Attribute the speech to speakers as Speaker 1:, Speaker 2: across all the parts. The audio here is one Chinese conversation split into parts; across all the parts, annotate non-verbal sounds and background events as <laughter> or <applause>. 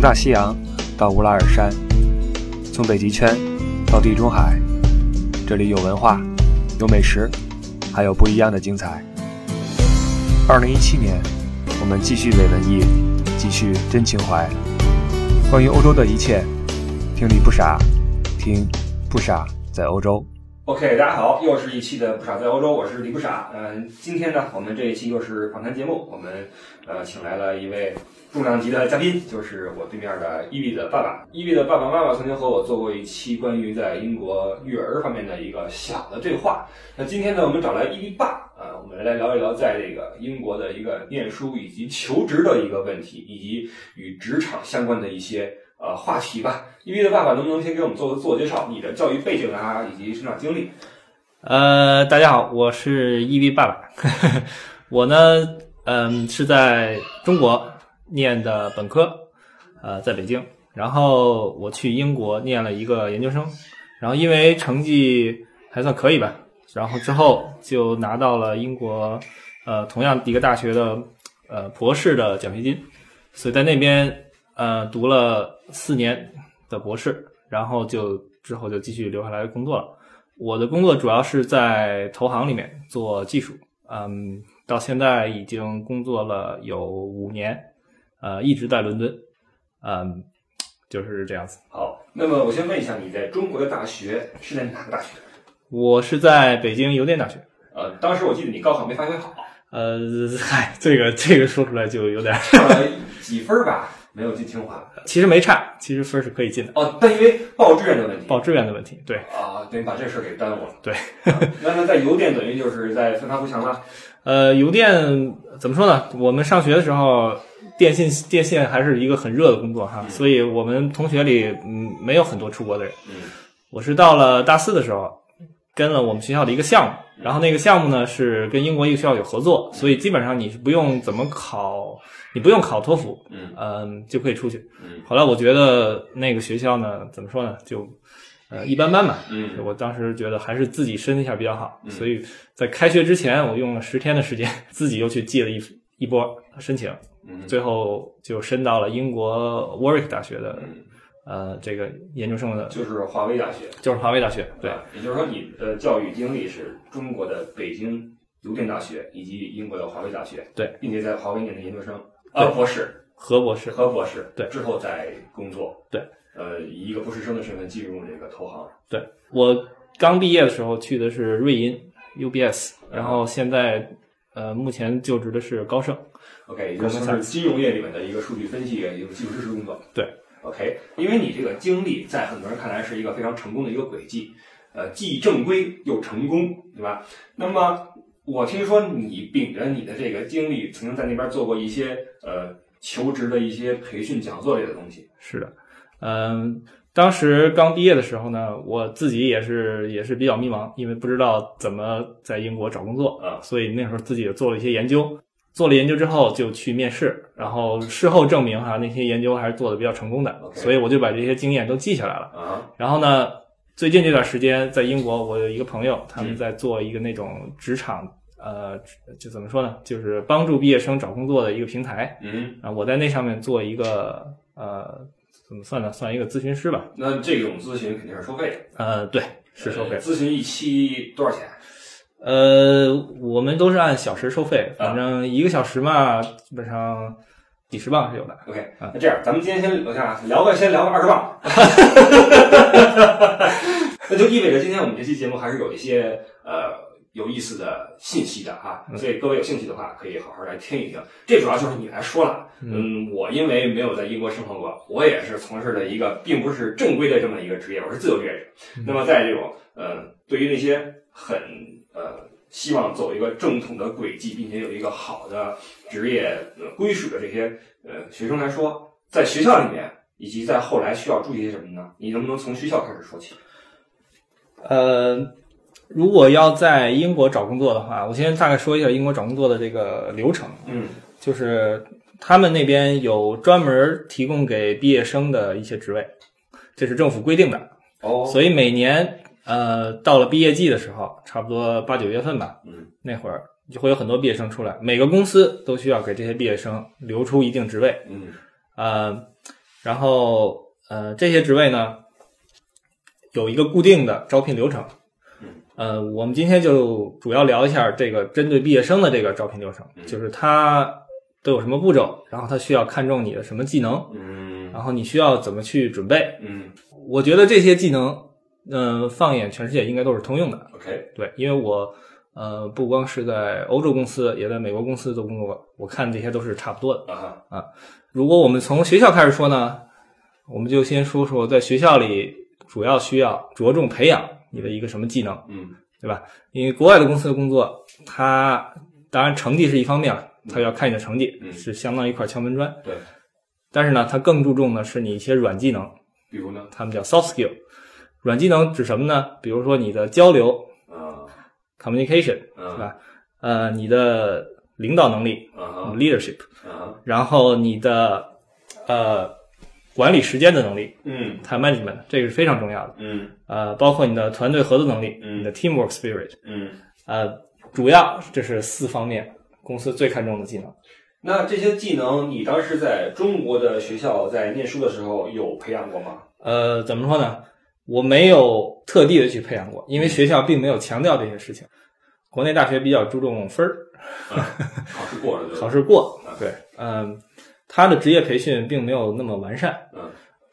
Speaker 1: 大西洋到乌拉尔山，从北极圈到地中海，这里有文化，有美食，还有不一样的精彩。二零一七年，我们继续伪文艺，继续真情怀。关于欧洲的一切，听力不傻，听不傻在欧洲。OK，大家好，又是一期的不傻在欧洲，我是李不傻。嗯、今天呢，我们这一期又是访谈节目，我们呃请来了一位重量级的嘉宾，就是我对面的伊利的爸爸。伊利的爸爸妈妈曾经和我做过一期关于在英国育儿方面的一个小的对话。那今天呢，我们找来伊利爸，呃，我们来聊一聊在这个英国的一个念书以及求职的一个问题，以及与职场相关的一些呃话题吧。伊利的爸爸能不能先给我们做个自我介绍，你的教育背景啊，以及成长经历？
Speaker 2: 呃，大家好，我是 EV 爸爸， <laughs> 我呢，嗯，是在中国念的本科，呃，在北京，然后我去英国念了一个研究生，然后因为成绩还算可以吧，然后之后就拿到了英国，呃，同样一个大学的，呃，博士的奖学金，所以在那边呃读了四年的博士，然后就之后就继续留下来工作了。我的工作主要是在投行里面做技术，嗯，到现在已经工作了有五年，呃，一直在伦敦，嗯，就是这样子。
Speaker 1: 好，那么我先问一下，你在中国的大学是在哪个大学？
Speaker 2: 我是在北京邮电大学，
Speaker 1: 呃，当时我记得你高考没发挥好，
Speaker 2: 呃，嗨，这个这个说出来就有点儿，
Speaker 1: 上了几分儿吧， <laughs> 没有进清华。
Speaker 2: 其实没差，其实分儿是可以进的，
Speaker 1: 哦，但因为报志愿的问题，
Speaker 2: 报志愿的问题。对，
Speaker 1: 啊，等于把这事儿给耽误了。
Speaker 2: 对
Speaker 1: 啊，那那在邮电等于就是在分发不详了。
Speaker 2: 呃，邮电怎么说呢？我们上学的时候，电信电信还是一个很热的工作哈，
Speaker 1: 嗯
Speaker 2: 所以我们同学里嗯没有很多出国的人。
Speaker 1: 嗯
Speaker 2: 我是到了大四的时候，跟了我们学校的一个项目，然后那个项目呢是跟英国一个学校有合作，所以基本上你是不用怎么考，你不用考托福，
Speaker 1: 嗯
Speaker 2: 嗯，就可以出去。
Speaker 1: 嗯
Speaker 2: 后来我觉得那个学校呢，怎么说呢，就呃一般般吧。
Speaker 1: 嗯
Speaker 2: 我当时觉得还是自己申一下比较好，
Speaker 1: 嗯
Speaker 2: 所以在开学之前，我用了十天的时间， <laughs> 自己又去寄了一一波申请，
Speaker 1: 嗯
Speaker 2: 最后就申到了英国 Warwick 大学的
Speaker 1: 嗯，
Speaker 2: 呃这个研究生的，
Speaker 1: 就是华威大学。
Speaker 2: 就是华威大学，对。
Speaker 1: 啊，也就是说你的教育经历是中国的北京邮电大学以及英国的华威大学，
Speaker 2: 对，
Speaker 1: 并且在华威念的研究生啊
Speaker 2: 对
Speaker 1: 博士
Speaker 2: 何博士，呃
Speaker 1: 和博士，
Speaker 2: 对
Speaker 1: 之后再工作，
Speaker 2: 对，
Speaker 1: 呃，以一个博士生的身份进入这个投行，
Speaker 2: 对我刚毕业的时候去的是瑞银 UBS，然后现在呃目前就职的是高盛。
Speaker 1: OK，也就是
Speaker 2: 我们
Speaker 1: 说
Speaker 2: 想
Speaker 1: 是金融业里面的一个数据分析，也就是技术支持工作。
Speaker 2: 对
Speaker 1: ，OK，因为你这个经历在很多人看来是一个非常成功的一个轨迹，呃，既正规又成功，对吧？那么我听说你秉着你的这个经历，曾经在那边做过一些呃求职的一些培训讲座类的东西。
Speaker 2: 是的，嗯、当时刚毕业的时候呢，我自己也是也是比较迷茫，因为不知道怎么在英国找工作
Speaker 1: 啊
Speaker 2: 所以那时候自己也做了一些研究。做了研究之后就去面试，然后事后证明哈那些研究还是做的比较成功的
Speaker 1: OK
Speaker 2: 所以我就把这些经验都记下来了。
Speaker 1: 啊，
Speaker 2: 然后呢，最近这段时间在英国，我有一个朋友，他们在做一个那种职场，呃，就怎么说呢，就是帮助毕业生找工作的一个平台
Speaker 1: 嗯，
Speaker 2: 啊。我在那上面做一个呃，怎么算呢？算一个咨询师吧。
Speaker 1: 那这种咨询肯定是收费的，
Speaker 2: 呃，对，是收费
Speaker 1: 呃。咨询一期多少钱？
Speaker 2: 呃，我们都是按小时收费，反正一个小时嘛，基本上几十磅是有的。
Speaker 1: OK，
Speaker 2: 啊
Speaker 1: 那这样，咱们今天先往下聊个，先聊个二十磅。 <laughs> 那就意味着今天我们这期节目还是有一些呃有意思的信息的哈，所以各位有兴趣的话，可以好好来听一听。这主要就是你来说了，嗯，我因为没有在英国生活过，我也是从事的一个并不是正规的这么一个职业，我是自由职业者。
Speaker 2: 嗯
Speaker 1: 那么在这种呃，对于那些很呃希望走一个正统的轨迹，并且有一个好的职业、呃、归属的这些呃学生来说，在学校里面以及在后来需要注意些什么呢？你能不能从学校开始说起？
Speaker 2: 呃，如果要在英国找工作的话，我先大概说一下英国找工作的这个流程。
Speaker 1: 嗯
Speaker 2: 就是他们那边有专门提供给毕业生的一些职位，这是政府规定的。
Speaker 1: 哦，
Speaker 2: 所以每年呃到了毕业季的时候，差不多八九月份吧，
Speaker 1: 嗯
Speaker 2: 那会儿就会有很多毕业生出来，每个公司都需要给这些毕业生留出一定职位。
Speaker 1: 嗯
Speaker 2: 呃，然后呃，这些职位呢有一个固定的招聘流程。呃，我们今天就主要聊一下这个针对毕业生的这个招聘流程，就是他都有什么步骤，然后他需要看重你的什么技能，
Speaker 1: 嗯
Speaker 2: 然后你需要怎么去准备。
Speaker 1: 嗯
Speaker 2: 我觉得这些技能，嗯、放眼全世界应该都是通用的。
Speaker 1: ，OK，
Speaker 2: 对，因为我呃不光是在欧洲公司，也在美国公司都工作过，我看这些都是差不多的。
Speaker 1: 啊哈，
Speaker 2: 如果我们从学校开始说呢，我们就先说说在学校里主要需要着重培养你的一个什么技能，
Speaker 1: 嗯
Speaker 2: 对吧？因为国外的公司的工作，它当然成绩是一方面了，它要看你的成绩，
Speaker 1: 嗯
Speaker 2: 是相当于一块敲门砖。
Speaker 1: 对，
Speaker 2: 但是呢，它更注重的是你一些软技能，
Speaker 1: 比如呢，
Speaker 2: 他们叫 soft skill。软技能指什么呢？比如说你的交流
Speaker 1: 啊
Speaker 2: communication，是
Speaker 1: 啊
Speaker 2: 吧？呃，你的领导能力
Speaker 1: 啊哈
Speaker 2: （leadership），
Speaker 1: 啊哈，
Speaker 2: 然后你的呃管理时间的能力
Speaker 1: 嗯
Speaker 2: （time management），这个是非常重要的。
Speaker 1: 嗯
Speaker 2: 呃，包括你的团队合作能力、
Speaker 1: 嗯
Speaker 2: 你的 teamwork spirit，
Speaker 1: 嗯，
Speaker 2: 呃，主要这是四方面公司最看重的技能。
Speaker 1: 那这些技能你当时在中国的学校在念书的时候有培养过
Speaker 2: <laughs>
Speaker 1: 吗？
Speaker 2: 呃，怎么说呢？我没有特地的去培养过，因为学校并没有强调这些事情。国内大学比较注重分儿，
Speaker 1: 啊考试过了就
Speaker 2: 考，试过
Speaker 1: 啊，
Speaker 2: 对，嗯，他的职业培训并没有那么完善，
Speaker 1: 嗯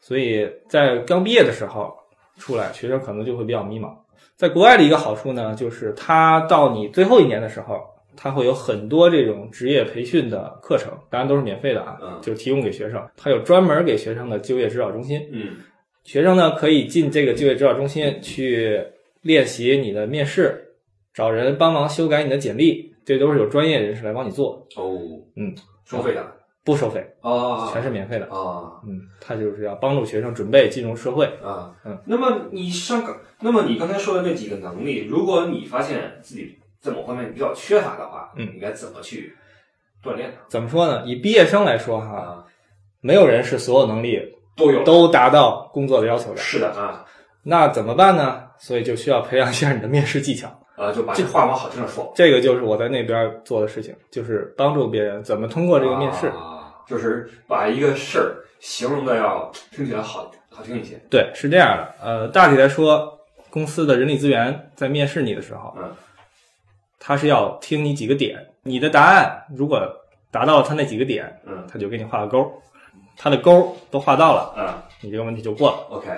Speaker 2: 所以在刚毕业的时候出来，学生可能就会比较迷茫。在国外的一个好处呢，就是他到你最后一年的时候，他会有很多这种职业培训的课程，当然都是免费的啊
Speaker 1: 嗯，
Speaker 2: 就提供给学生。他有专门给学生的就业指导中心，
Speaker 1: 嗯
Speaker 2: 学生呢可以进这个就业指导中心去练习你的面试，找人帮忙修改你的简历，这都是有专业人士来帮你做，
Speaker 1: 哦，
Speaker 2: 嗯，
Speaker 1: 收费的
Speaker 2: 不收费，
Speaker 1: 啊
Speaker 2: 全是免费的。
Speaker 1: 啊
Speaker 2: 嗯，他就是要帮助学生准备进入社会。
Speaker 1: 啊
Speaker 2: 嗯，
Speaker 1: 那么你上岗，那么你刚才说的那几个能力，如果你发现自己在某方面比较缺乏的话，
Speaker 2: 嗯
Speaker 1: 你该怎么去锻炼它
Speaker 2: 怎么说呢？以毕业生来说哈，
Speaker 1: 啊？
Speaker 2: 没有人是所有能力
Speaker 1: 都有，
Speaker 2: 都达到工作的要求的。
Speaker 1: 是的啊
Speaker 2: 那怎么办呢？所以就需要培养一下你的面试技巧。
Speaker 1: 啊，就把这话往好听了说，
Speaker 2: 这个就是我在那边做的事情，就是帮助别人怎么通过这个面试。
Speaker 1: 啊，就是把一个事儿形容的要听起来好好听一些。
Speaker 2: 对，是这样的。呃，大体来说，公司的人力资源在面试你的时候，
Speaker 1: 嗯
Speaker 2: 他是要听你几个点，你的答案如果达到了他那几个点，
Speaker 1: 嗯
Speaker 2: 他就给你画个勾儿，他的勾儿都画到了，
Speaker 1: 啊
Speaker 2: 你这个问题就过了。
Speaker 1: ，OK，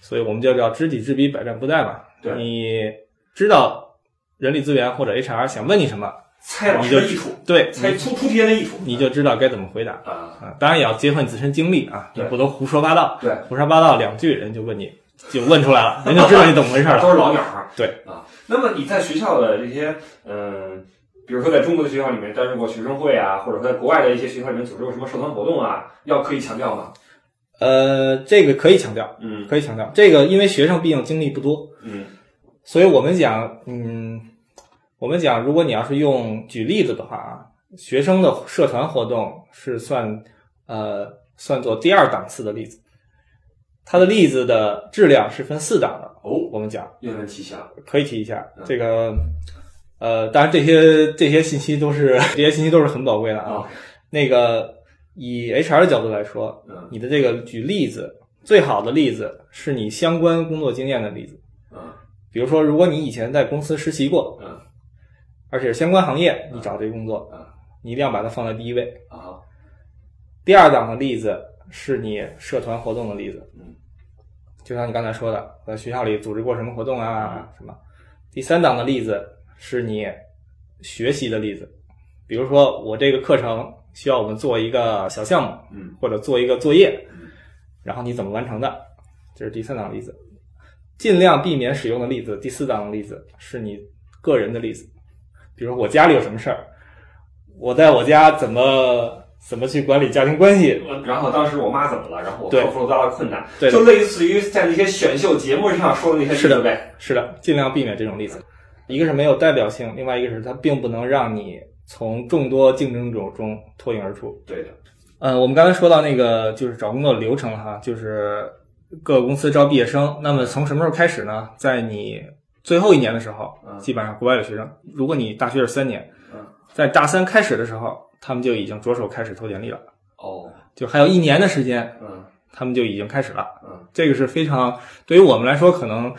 Speaker 2: 所以我们就叫知己知彼，百战不殆嘛。
Speaker 1: 对
Speaker 2: 你知道人力资源或者 HR 想问你什么，
Speaker 1: 猜老
Speaker 2: 你
Speaker 1: 师
Speaker 2: 就
Speaker 1: 的意图，
Speaker 2: 对，
Speaker 1: 猜出出题人的意图，
Speaker 2: 你就知道该怎么回答
Speaker 1: 啊，
Speaker 2: 啊。当然也要结合你自身经历啊，你
Speaker 1: 对
Speaker 2: 不能胡说八道，
Speaker 1: 对，
Speaker 2: 胡说八道两句人就问你就问出
Speaker 1: <laughs>
Speaker 2: 来了，人就知道你怎么回事
Speaker 1: 都
Speaker 2: 了。
Speaker 1: 是老鸟儿。
Speaker 2: 对
Speaker 1: 啊，那么你在学校的这些，嗯、比如说在中国的学校里面担任过学生会啊，或者说在国外的一些学校里面组织过什么社团活动啊，要刻意强调吗？
Speaker 2: 呃，这个可以强调，
Speaker 1: 嗯
Speaker 2: 可以强调。这个因为学生毕竟经历不多，
Speaker 1: 嗯
Speaker 2: 所以我们讲，嗯，我们讲，如果你要是用举例子的话啊，学生的社团活动是算呃算作第二档次的例子，它的例子的质量是分四档的。
Speaker 1: 哦，
Speaker 2: 我们讲
Speaker 1: 愿闻其详。
Speaker 2: 可以提一下
Speaker 1: 嗯
Speaker 2: 这个，呃，当然这些这些信息都是 <laughs> 这些信息都是很宝贵的啊。
Speaker 1: OK
Speaker 2: 那个以 HR 的角度来说，
Speaker 1: 嗯
Speaker 2: 你的这个举例子最好的例子是你相关工作经验的例子。
Speaker 1: 嗯
Speaker 2: 比如说，如果你以前在公司实习过，
Speaker 1: 嗯
Speaker 2: 而且是相关行业，你找这个工作，
Speaker 1: 嗯
Speaker 2: 你一定要把它放在第一位。
Speaker 1: 啊
Speaker 2: 第二档的例子是你社团活动的例子，
Speaker 1: 嗯，
Speaker 2: 就像你刚才说的，在学校里组织过什么活动
Speaker 1: 嗯
Speaker 2: 啊，什么。第三档的例子是你学习的例子，比如说我这个课程需要我们做一个小项目，
Speaker 1: 嗯
Speaker 2: 或者做一个作业
Speaker 1: 嗯，
Speaker 2: 然后你怎么完成的，这是第三档例子。尽量避免使用的例子，第四档的例子是你个人的例子，比如说我家里有什么事儿，我在我家怎么怎么去管理家庭关系，
Speaker 1: <laughs> 然后当时我妈怎么了？然后我
Speaker 2: 对
Speaker 1: 克服了多大的困难？
Speaker 2: 对的
Speaker 1: 就类似于在那些选秀节目上说的那些
Speaker 2: 是的
Speaker 1: 例子呗。
Speaker 2: 是的，尽量避免这种例子。一个是没有代表性，另外一个是它并不能让你从众多竞争者中脱颖而出。
Speaker 1: 对的，
Speaker 2: 呃，我们刚才说到那个就是找工作流程了哈，就是各个公司招毕业生。那么从什么时候开始呢？在你最后一年的时候
Speaker 1: 嗯，
Speaker 2: 基本上国外的学生，如果你大学是三年
Speaker 1: 嗯，
Speaker 2: 在大三开始的时候，他们就已经着手开始投简历了。
Speaker 1: 哦，
Speaker 2: 就还有一年的时间，
Speaker 1: 嗯
Speaker 2: 他们就已经开始了。
Speaker 1: 嗯
Speaker 2: 这个是非常对于我们来说可能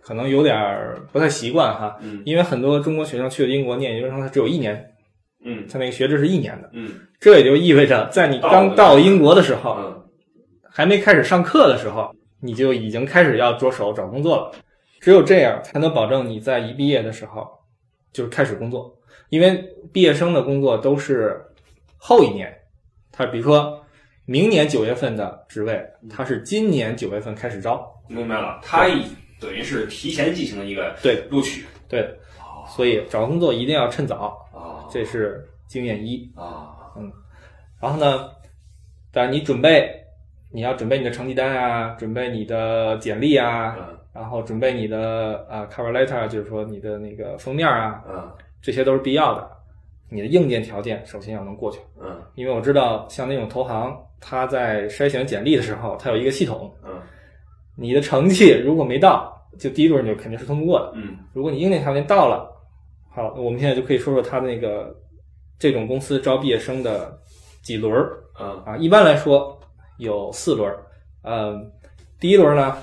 Speaker 2: 可能有点儿不太习惯哈，
Speaker 1: 嗯
Speaker 2: 因为很多中国学生去了英国念研究生，他只有一年，
Speaker 1: 嗯
Speaker 2: 他那个学制是一年的，
Speaker 1: 嗯
Speaker 2: 这也就意味着在你刚
Speaker 1: 到
Speaker 2: 到英国的时候，
Speaker 1: 哦嗯
Speaker 2: 还没开始上课的时候，你就已经开始要着手找工作了。只有这样才能保证你在一毕业的时候就开始工作，因为毕业生的工作都是后一年，他比如说明年九月份的职位，他是今年九月份开始招，
Speaker 1: 明白了，他已等于是提前进行了一个
Speaker 2: 对
Speaker 1: 录取
Speaker 2: 对，所以找工作一定要趁早，
Speaker 1: 啊
Speaker 2: 这是经验一。
Speaker 1: 啊
Speaker 2: 然后呢，当然你准备，你要准备你的成绩单啊，准备你的简历啊，
Speaker 1: 嗯
Speaker 2: 然后准备你的啊、呃 cover letter，就是说你的那个封面啊，
Speaker 1: 嗯
Speaker 2: 这些都是必要的。你的硬件条件首先要能过去，
Speaker 1: 嗯
Speaker 2: 因为我知道像那种投行，他在筛选简历的时候，他有一个系统，
Speaker 1: 嗯
Speaker 2: 你的成绩如果没到，就第一轮你就肯定是通不过的。
Speaker 1: 嗯
Speaker 2: 如果你硬件条件到了，好，我们现在就可以说说他那个这种公司招毕业生的几轮儿。
Speaker 1: 嗯
Speaker 2: 啊，一般来说有四轮儿，嗯，第一轮儿呢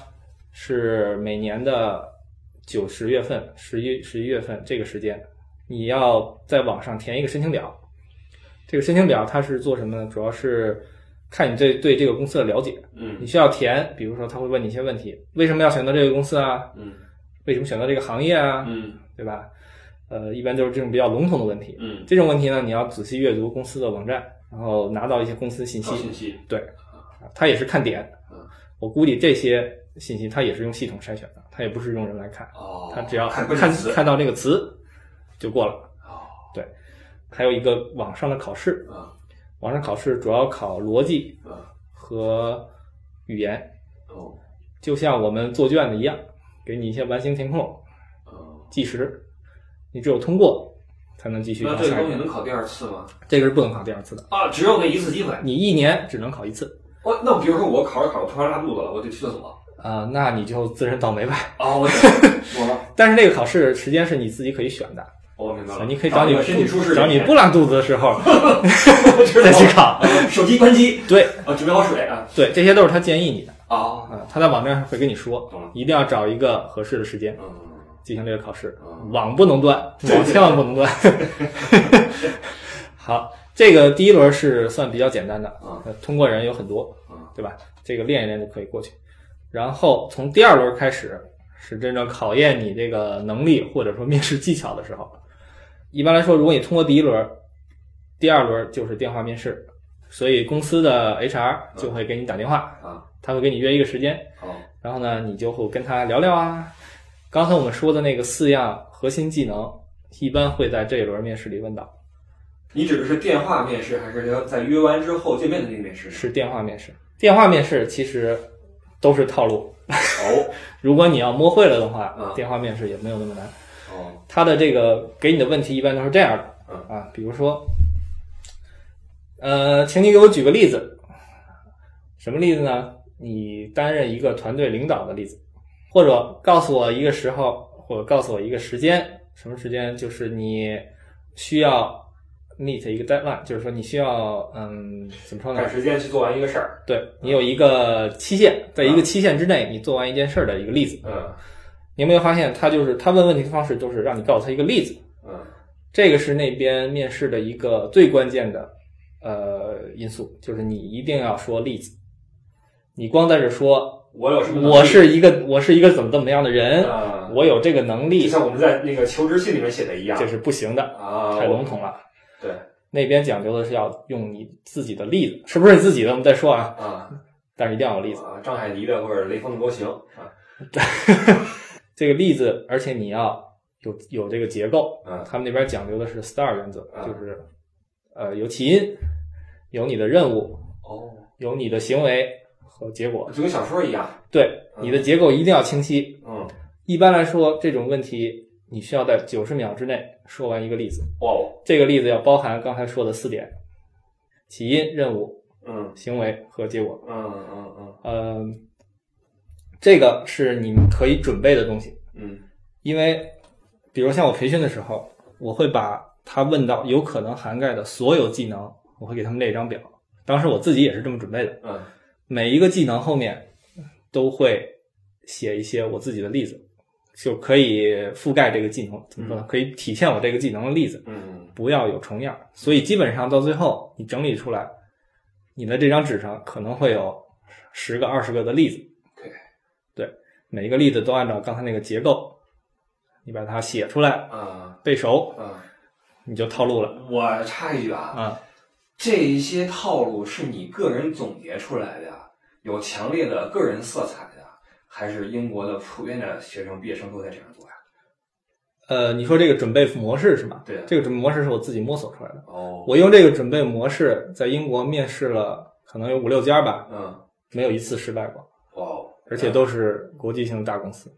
Speaker 2: 是每年的九十月份、十一十一月份这个时间，你要在网上填一个申请表。这个申请表它是做什么呢？主要是看你这对这个公司的了解，你
Speaker 1: 嗯
Speaker 2: 需要填，比如说他会问你一些问题，为什么要选择这个公司啊？
Speaker 1: 嗯
Speaker 2: 为什么选择这个行业啊？
Speaker 1: 嗯
Speaker 2: 对吧？呃，一般就是这种比较笼统的问题。
Speaker 1: 嗯，
Speaker 2: 这种问题呢，你要仔细阅读公司的网站，然后拿到一些公司信息
Speaker 1: 好，信息
Speaker 2: 他也是看点
Speaker 1: 嗯。
Speaker 2: 我估计这些信息他也是用系统筛选的，他也不是用人来看，
Speaker 1: 哦，
Speaker 2: 他只要
Speaker 1: 看
Speaker 2: 看
Speaker 1: 关键词
Speaker 2: 看到这个词就过了。
Speaker 1: 哦
Speaker 2: 还有一个网上的考试，
Speaker 1: 嗯
Speaker 2: 网上考试主要考逻辑
Speaker 1: 嗯
Speaker 2: 和语言，
Speaker 1: 哦
Speaker 2: 就像我们做卷子一样，给你一些完形填空、
Speaker 1: 哦，
Speaker 2: 计时，你只有通过才能继续
Speaker 1: 那
Speaker 2: 往
Speaker 1: 这个
Speaker 2: 下一
Speaker 1: 东西
Speaker 2: 个。
Speaker 1: 能考第二次吗？
Speaker 2: 这个是不能考第二次的，
Speaker 1: 啊，只有那一次机会。
Speaker 2: 你一年只能考一次
Speaker 1: 我哦那比如说我考着考着突然拉肚子了，我得去厕所。
Speaker 2: 啊、那你就自认倒霉吧。 <laughs>
Speaker 1: 哦，我我
Speaker 2: 但是这个考试时间是你自己可以选的，
Speaker 1: 我明白了，
Speaker 2: 啊
Speaker 1: 啊
Speaker 2: 你可以找你
Speaker 1: 个身体舒适
Speaker 2: 找
Speaker 1: 的
Speaker 2: 你
Speaker 1: 点，
Speaker 2: 不拉肚子的时候
Speaker 1: 知
Speaker 2: 再
Speaker 1: 道
Speaker 2: 去
Speaker 1: 吗
Speaker 2: 考。
Speaker 1: 手机关机，
Speaker 2: 对
Speaker 1: 啊，准备好水啊。
Speaker 2: 对，这些都是他建议你的
Speaker 1: 哦，
Speaker 2: 啊、他在网站上会跟你说
Speaker 1: 懂了，
Speaker 2: 一定要找一个合适的时间
Speaker 1: 嗯
Speaker 2: 进行这个考试，
Speaker 1: 嗯
Speaker 2: 网不能断，
Speaker 1: 对
Speaker 2: 网千万不能断。 <laughs> 好，这个第一轮是算比较简单的，
Speaker 1: 啊
Speaker 2: 呃通过人有很多
Speaker 1: 嗯，
Speaker 2: 对吧？这个练一练就可以过去。然后从第二轮开始是真正考验你这个能力或者说面试技巧的时候。一般来说，如果你通过第一轮，第二轮就是电话面试，所以公司的 HR 就会给你打电话，
Speaker 1: 啊，
Speaker 2: 他会给你约一个时间，
Speaker 1: 哦
Speaker 2: 然后呢，你就会跟他聊聊啊。刚才我们说的那个四样核心技能，一般会在这一轮面试里问到，
Speaker 1: 你指的是电话面试，还是要在约完之后见面的那个面试？
Speaker 2: 是电话面试。电话面试其实都是套路，
Speaker 1: 哦
Speaker 2: 如果你要摸会了的话，
Speaker 1: 嗯
Speaker 2: 电话面试也没有那么难。
Speaker 1: 哦，
Speaker 2: 他的这个给你的问题一般都是这样的
Speaker 1: 嗯
Speaker 2: 啊，比如说，呃，请你给我举个例子，什么例子呢？你担任一个团队领导的例子，或者告诉我一个时候，或者告诉我一个时间，什么时间？就是你需要 meet 一个 deadline，就是说你需要嗯，怎么说呢
Speaker 1: 赶？时间去做完一个事儿。
Speaker 2: 对你有一个期限，在一个期限之内，你做完一件事儿的一个例子。
Speaker 1: 嗯
Speaker 2: 你有没有发现，他就是他问问题的方式都是让你告诉他一个例子，
Speaker 1: 嗯
Speaker 2: 这个是那边面试的一个最关键的呃因素，就是你一定要说例子。你光在这说，
Speaker 1: 我有什么能力？
Speaker 2: 我是一个我是一个怎么怎么样的人，
Speaker 1: 啊，
Speaker 2: 我有这个能
Speaker 1: 就
Speaker 2: 力，
Speaker 1: 像我们在那个求职信里面写的一样
Speaker 2: 这是不行的，
Speaker 1: 啊，
Speaker 2: 太笼统了。
Speaker 1: 对
Speaker 2: 那边讲究的是要用你自己的例子，是不是你自己的我们再说啊，
Speaker 1: 啊
Speaker 2: 但是一定要有例子。
Speaker 1: 啊，张海迪的或者雷锋的都行啊。
Speaker 2: 这个例子，而且你要有有这个结构，啊
Speaker 1: 嗯
Speaker 2: 他们那边讲究的是 STAR 原则，
Speaker 1: 嗯
Speaker 2: 就是呃有起因，有你的任务，
Speaker 1: 哦，
Speaker 2: 有你的行为和结果。
Speaker 1: 就跟小说一样。
Speaker 2: 对，
Speaker 1: 嗯
Speaker 2: 你的结构一定要清晰。
Speaker 1: 嗯，
Speaker 2: 一般来说，这种问题你需要在九十秒之内说完一个例子。
Speaker 1: 哇哦，
Speaker 2: 这个例子要包含刚才说的四点：起因、任务、
Speaker 1: 嗯
Speaker 2: 行为和结果。
Speaker 1: 嗯嗯嗯
Speaker 2: 呃，这个是你可以准备的东西，
Speaker 1: 嗯
Speaker 2: 因为比如像我培训的时候，我会把他问到有可能涵盖的所有技能，我会给他们列一张表。当时我自己也是这么准备的，
Speaker 1: 嗯
Speaker 2: 每一个技能后面都会写一些我自己的例子，就可以覆盖这个技能，怎么说呢？可以体现我这个技能的例子，
Speaker 1: 嗯
Speaker 2: 不要有重样儿。所以基本上到最后，你整理出来，你的这张纸上可能会有十个、二十个的例子。
Speaker 1: OK
Speaker 2: 对，每一个例子都按照刚才那个结构，你把它写出来，
Speaker 1: 啊
Speaker 2: 背熟，
Speaker 1: 啊！
Speaker 2: 你就套路了
Speaker 1: 我插一句啊，
Speaker 2: 啊。
Speaker 1: 这一些套路是你个人总结出来的呀，有强烈的个人色彩的，还是英国的普遍的学生毕业生都在这样做呀？
Speaker 2: 呃，你说这个准备模式是吗？
Speaker 1: 对啊
Speaker 2: 这个准备模式是我自己摸索出来的。
Speaker 1: 哦，
Speaker 2: 我用这个准备模式在英国面试了可能有五六家吧，
Speaker 1: 嗯，
Speaker 2: 没有一次失败过，
Speaker 1: 哇哦，
Speaker 2: 而且都是国际性的大公司，
Speaker 1: 嗯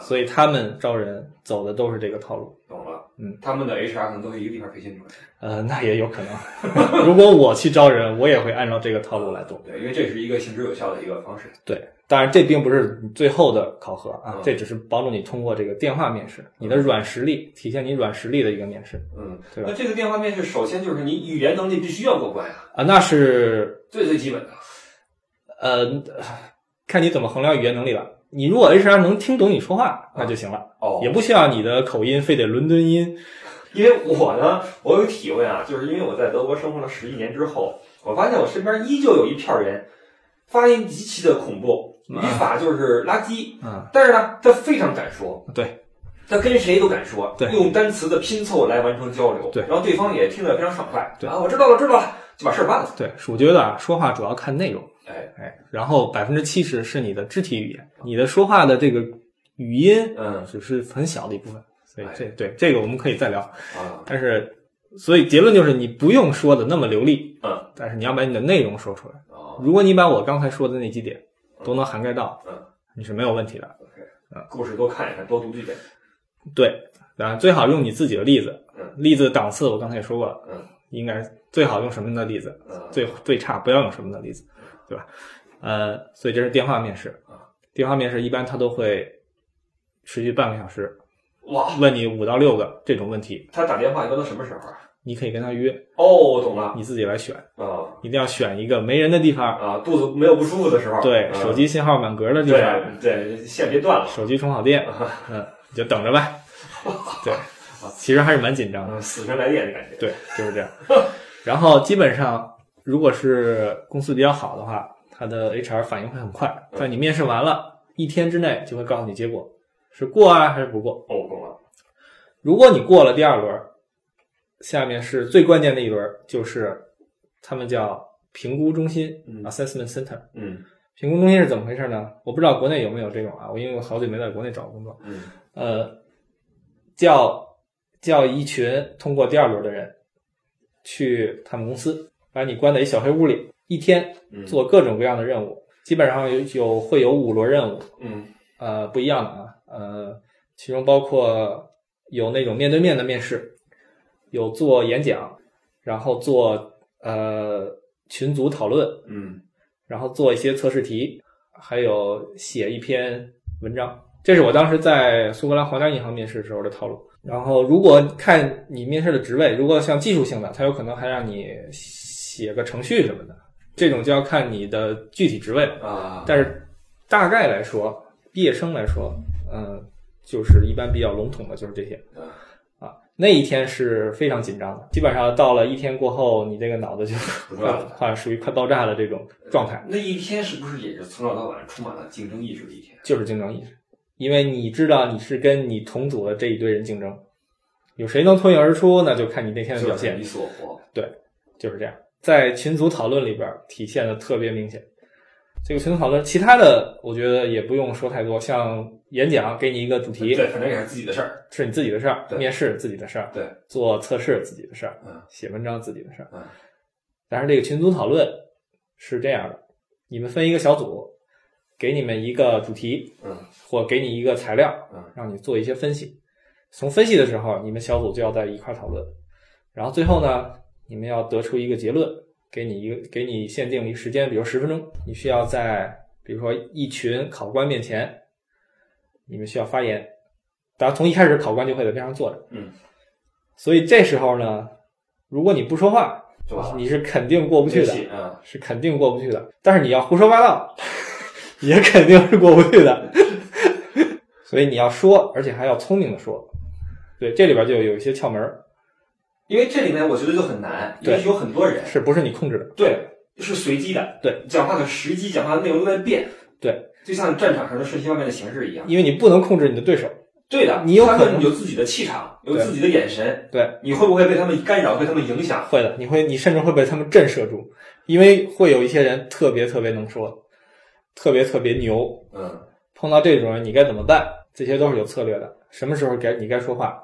Speaker 2: 所以他们招人走的都是这个套路。
Speaker 1: 懂了，
Speaker 2: 嗯，
Speaker 1: 他们的 HR 可能都是一个地方培训出来的，
Speaker 2: 呃，那也有可能。如果我去招人，我也会按照这个套路来做。
Speaker 1: 对，因为这是一个行之有效的一个方式。
Speaker 2: 对，当然这并不是最后的考核啊
Speaker 1: 嗯，
Speaker 2: 这只是帮助你通过这个电话面试，你的软实力体现你软实力的一个面试
Speaker 1: 嗯，
Speaker 2: 对吧
Speaker 1: 那这个电话面试，首先就是你语言能力必须要过关呀，
Speaker 2: 啊，那是
Speaker 1: 最最基本的。
Speaker 2: 呃，看你怎么衡量语言能力了。你如果 HR 能听懂你说话，那就行了，
Speaker 1: 哦
Speaker 2: 也不需要你的口音非得伦敦音。
Speaker 1: 因为我呢，我有体会啊，就是因为我在德国生活了十一年之后，我发现我身边依旧有一票人，发音极其的恐怖，语
Speaker 2: 啊
Speaker 1: 法就是垃圾，
Speaker 2: 嗯，
Speaker 1: 但是呢，他非常敢说，
Speaker 2: 啊对，
Speaker 1: 他跟谁都敢说，
Speaker 2: 对
Speaker 1: 用单词的拼凑来完成交流，
Speaker 2: 对
Speaker 1: 然后对方也听得非常爽快，
Speaker 2: 对
Speaker 1: 啊，我知道了，知道了，就把事儿办了，
Speaker 2: 对，我觉得啊，说话主要看内容，
Speaker 1: 哎，
Speaker 2: 哎，然后百分之七十是你的肢体语言，你的说话的这个语音
Speaker 1: 嗯
Speaker 2: 只是很小的一部分，所以
Speaker 1: 哎
Speaker 2: 这对这个我们可以再聊。
Speaker 1: 啊，
Speaker 2: 但是，所以结论就是你不用说的那么流利，
Speaker 1: 嗯，
Speaker 2: 但是你要把你的内容说出来。
Speaker 1: 哦，
Speaker 2: 如果你把我刚才说的那几点都能涵盖到，
Speaker 1: 嗯，
Speaker 2: 你是没有问题的。
Speaker 1: 啊故事多看一看，多读几遍，
Speaker 2: 对，啊，最好用你自己的例子
Speaker 1: 嗯，
Speaker 2: 例子档次我刚才也说过了，
Speaker 1: 嗯，
Speaker 2: 应该最好用什么样的例子，
Speaker 1: 嗯，
Speaker 2: 最最差不要用什么样的例子，对吧？呃，所以这是电话面试
Speaker 1: 啊，
Speaker 2: 电话面试一般他都会持续半个小时，
Speaker 1: 哇，
Speaker 2: 问你五到六个这种问题，
Speaker 1: 他打电话一般都什么时候啊？
Speaker 2: 你可以跟他约，
Speaker 1: 哦，懂了，
Speaker 2: 你自己来选，
Speaker 1: 啊
Speaker 2: 一定要选一个没人的地方，
Speaker 1: 啊，肚子没有不舒服的时候，
Speaker 2: 对，
Speaker 1: 嗯
Speaker 2: 手机信号满格的地方，
Speaker 1: 对对，线别断了。
Speaker 2: 手机充好电，嗯，你就等
Speaker 1: <laughs>
Speaker 2: 着吧。对，其实还是蛮紧张的。
Speaker 1: 嗯，死神来电的感觉。
Speaker 2: 对，就是这样。然后基本上，如果是公司比较好的话，他的 HR 反应会很快，在你面试完了一天之内就会告诉你结果是过啊还是不过。
Speaker 1: 哦，我懂了。
Speaker 2: 如果你过了第二轮，下面是最关键的一轮，就是他们叫评估中心
Speaker 1: 嗯
Speaker 2: （assessment center）。
Speaker 1: 嗯
Speaker 2: 评估中心是怎么回事呢？我不知道国内有没有这种啊，我因为我好久没在国内找过工作。
Speaker 1: 嗯
Speaker 2: 呃，叫叫一群通过第二轮的人去他们公司，把你关在一小黑屋里，一天
Speaker 1: 嗯，
Speaker 2: 做各种各样的任务，基本上有有会有五轮任务，
Speaker 1: 嗯
Speaker 2: 呃，不一样的啊，呃，其中包括有那种面对面的面试，有做演讲，然后做呃群组讨论，
Speaker 1: 嗯
Speaker 2: 然后做一些测试题，还有写一篇文章。这是我当时在苏格兰皇家银行面试时候的套路。然后，如果看你面试的职位，如果像技术性的，它有可能还让你写个程序什么的，这种就要看你的具体职位了。
Speaker 1: 啊，
Speaker 2: 但是大概来说，毕业生来说，嗯，就是一般比较笼统的就是这些
Speaker 1: 嗯。
Speaker 2: 啊，那一天是非常紧张的，基本上到了一天过后，你这个脑子就
Speaker 1: 不
Speaker 2: 快
Speaker 1: 算
Speaker 2: <laughs>
Speaker 1: 了。
Speaker 2: 快属于快爆炸的这种状态。
Speaker 1: 那一天是不是也是从早到晚充满了竞争意志的一天？
Speaker 2: 就是竞争意识，因为你知道你是跟你同组的这一堆人竞争，有谁能脱颖而出，那就看你那天的表
Speaker 1: 就是
Speaker 2: 现
Speaker 1: 你。死我活。
Speaker 2: 就是这样，在群组讨论里边儿体现的特别明显。这个群组讨论，其他的我觉得也不用说太多，像演讲给你一个主题
Speaker 1: 对，反正也是自己的事儿。
Speaker 2: 是你自己的事儿，
Speaker 1: 对
Speaker 2: 面试自己的事儿，
Speaker 1: 对，
Speaker 2: 做测试自己的事儿
Speaker 1: 嗯，
Speaker 2: 写文章自己的事儿
Speaker 1: 嗯。
Speaker 2: 但是这个群组讨论是这样的，你们分一个小组，给你们一个主题，
Speaker 1: 嗯
Speaker 2: 或给你一个材料啊
Speaker 1: 嗯，
Speaker 2: 让你做一些分析。从分析的时候，你们小组就要在一块儿讨论，然后最后呢，你们要得出一个结论，给你一个给你限定一个时间，比如十分钟，你需要在比如说一群考官面前，你们需要发言。当然，从一开始考官就会在边上坐着，
Speaker 1: 嗯，
Speaker 2: 所以这时候呢，如果你不说话，
Speaker 1: 就完了，
Speaker 2: 你是肯定过不去的
Speaker 1: 对，起嗯，
Speaker 2: 是肯定过不去的。但是你要胡说八道，也肯定是过不去的。 <laughs> 所以你要说，而且还要聪明的说。对，这里边就有一些窍门儿，
Speaker 1: 因为这里面我觉得就很难，因
Speaker 2: 对
Speaker 1: 为有很多人
Speaker 2: 是不是你控制的？
Speaker 1: 对是随机的，
Speaker 2: 对
Speaker 1: 讲话的时机、讲话的内容都在变，
Speaker 2: 对，
Speaker 1: 就像战场上的瞬息万变的形势一样。
Speaker 2: 因为你不能控制你的对手。
Speaker 1: 对的，
Speaker 2: 你有
Speaker 1: 他
Speaker 2: 可
Speaker 1: 们
Speaker 2: 能
Speaker 1: 有自己的气场，有
Speaker 2: 对
Speaker 1: 自己的眼神，
Speaker 2: 对，
Speaker 1: 你会不会被他们干扰、被他们影响？
Speaker 2: 会的，你会，你甚至会被他们震慑住，因为会有一些人特别特别能说，特别特别牛。
Speaker 1: 嗯，
Speaker 2: 碰到这种人，你该怎么办？这些都是有策略的。什么时候该你该说话？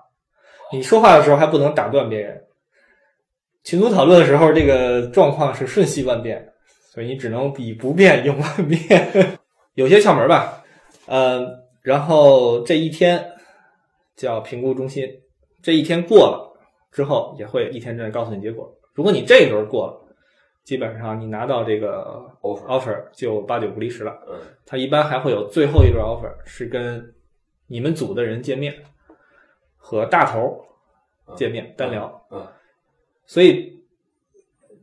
Speaker 2: 你说话的时候还不能打断别人。群组讨论的时候，这个状况是瞬息万变，所以你只能以不变应万变。 <laughs> 有些窍门吧，呃，然后这一天叫评估中心，这一天过了之后，也会一天之内告诉你结果。如果你这个时候过了，基本上你拿到这个
Speaker 1: Offer
Speaker 2: offer 就八九不离十了。
Speaker 1: 嗯，
Speaker 2: 他一般还会有最后一轮 offer 是跟你们组的人见面，和大头
Speaker 1: 啊
Speaker 2: 见面单聊。
Speaker 1: 嗯，
Speaker 2: 所以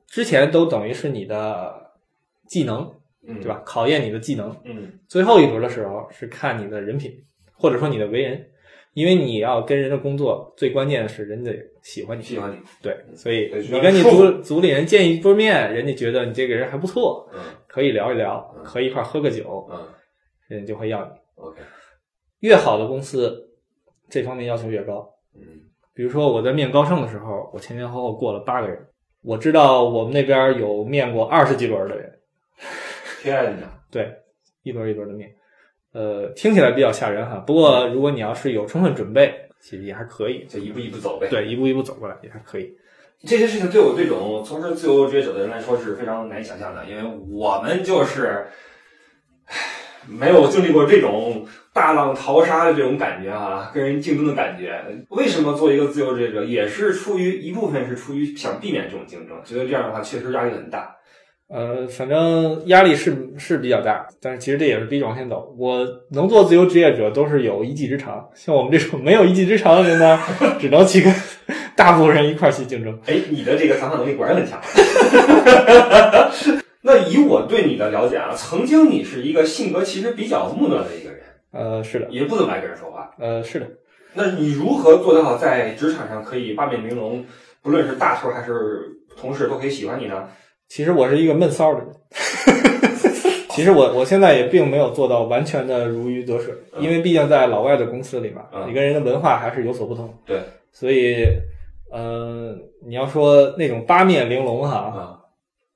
Speaker 2: 之前都等于是你的技能，
Speaker 1: 嗯，
Speaker 2: 对？吧？考验你的技能。
Speaker 1: 嗯
Speaker 2: 最后一轮的时候是看你的人品，或者说你的为人，因为你要跟人的工作，最关键的是人得喜欢你。
Speaker 1: 喜欢你，嗯
Speaker 2: 对，所以
Speaker 1: 对
Speaker 2: 你跟你
Speaker 1: 让人
Speaker 2: 组
Speaker 1: 舒
Speaker 2: 组里人见一波面，人家觉得你这个人还不错，
Speaker 1: 嗯
Speaker 2: 可以聊一聊，
Speaker 1: 嗯
Speaker 2: 可以一块儿喝个酒，
Speaker 1: 嗯
Speaker 2: 人家就会要你。
Speaker 1: ，OK，
Speaker 2: 越好的公司，这方面要求越高。
Speaker 1: 嗯
Speaker 2: 比如说我在面高盛的时候，我前前后后过了八个人，我知道我们那边有面过二十几轮的人，
Speaker 1: 天哪，
Speaker 2: 对，一轮一轮的面，呃，听起来比较吓人哈。不过如果你要是有充分准备，其实也还可以，
Speaker 1: 就一步一步走呗。，
Speaker 2: 对，一步一步走过来也还可以。
Speaker 1: 这些事情对我这种从事自由职业者的人来说是非常难以想象的，因为我们就是，唉，没有经历过这种大浪淘沙的这种感觉啊，跟人竞争的感觉。为什么做一个自由职业者，也是出于一部分是出于想避免这种竞争，觉得这样的话确实压力很大。
Speaker 2: 呃，反正压力是是比较大，但是其实这也是逼着往前走。我能做自由职业者都是有一技之长，像我们这种没有一技之长的人呢，只能去跟大部分人一块儿去竞争。
Speaker 1: 哎，你的这个采访能力果然很强。 <laughs> 那以我对你的了解啊，曾经你是一个性格其实比较木讷的一个人，
Speaker 2: 呃，是的，
Speaker 1: 也不怎么爱跟人说话。
Speaker 2: 呃，是的，
Speaker 1: 那你如何做到在职场上可以八面玲珑，不论是大头还是同事都可以喜欢你呢？
Speaker 2: 其实我是一个闷骚的人。 <laughs> 其实我我现在也并没有做到完全的如鱼得水，
Speaker 1: 嗯
Speaker 2: 因为毕竟在老外的公司里嘛，
Speaker 1: 嗯
Speaker 2: 你跟人的文化还是有所不同。
Speaker 1: 对，
Speaker 2: 所以，呃，你要说那种八面玲珑哈，
Speaker 1: 啊，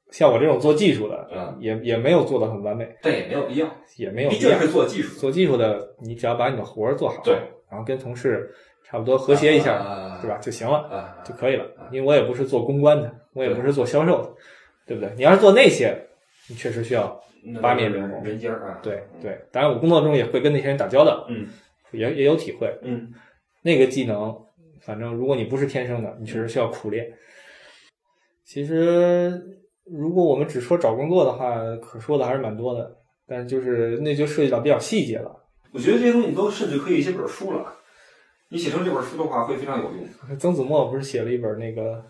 Speaker 2: 像我这种做技术的，
Speaker 1: 嗯，
Speaker 2: 也也没有做到很完美，
Speaker 1: 但也没有必要，
Speaker 2: 也没有
Speaker 1: 毕
Speaker 2: 必要
Speaker 1: 竟。是做技术，
Speaker 2: 做技术的，你只要把你的活儿做好，
Speaker 1: 对，
Speaker 2: 然后跟同事差不多和谐一下，
Speaker 1: 啊
Speaker 2: 对吧？就行了。
Speaker 1: 啊，
Speaker 2: 就可以了
Speaker 1: 啊，
Speaker 2: 因为我也不是做公关的，我也
Speaker 1: 对
Speaker 2: 不是做销售的，对不对？你要是做那些，你确实需要
Speaker 1: 那
Speaker 2: 八面玲珑
Speaker 1: 人精儿啊，
Speaker 2: 对对。当然，我工作中也会跟那些人打交道，
Speaker 1: 嗯，
Speaker 2: 也也有体会。
Speaker 1: 嗯，
Speaker 2: 那个技能，反正如果你不是天生的，你确实需要苦练。其实，如果我们只说找工作的话，可说的还是蛮多的，但是就是那就涉及到比较细节了，
Speaker 1: 我觉得这些东西都甚至可以写本书了。你写成这本书的话，会非常有用。
Speaker 2: 曾子墨不是写了一本那个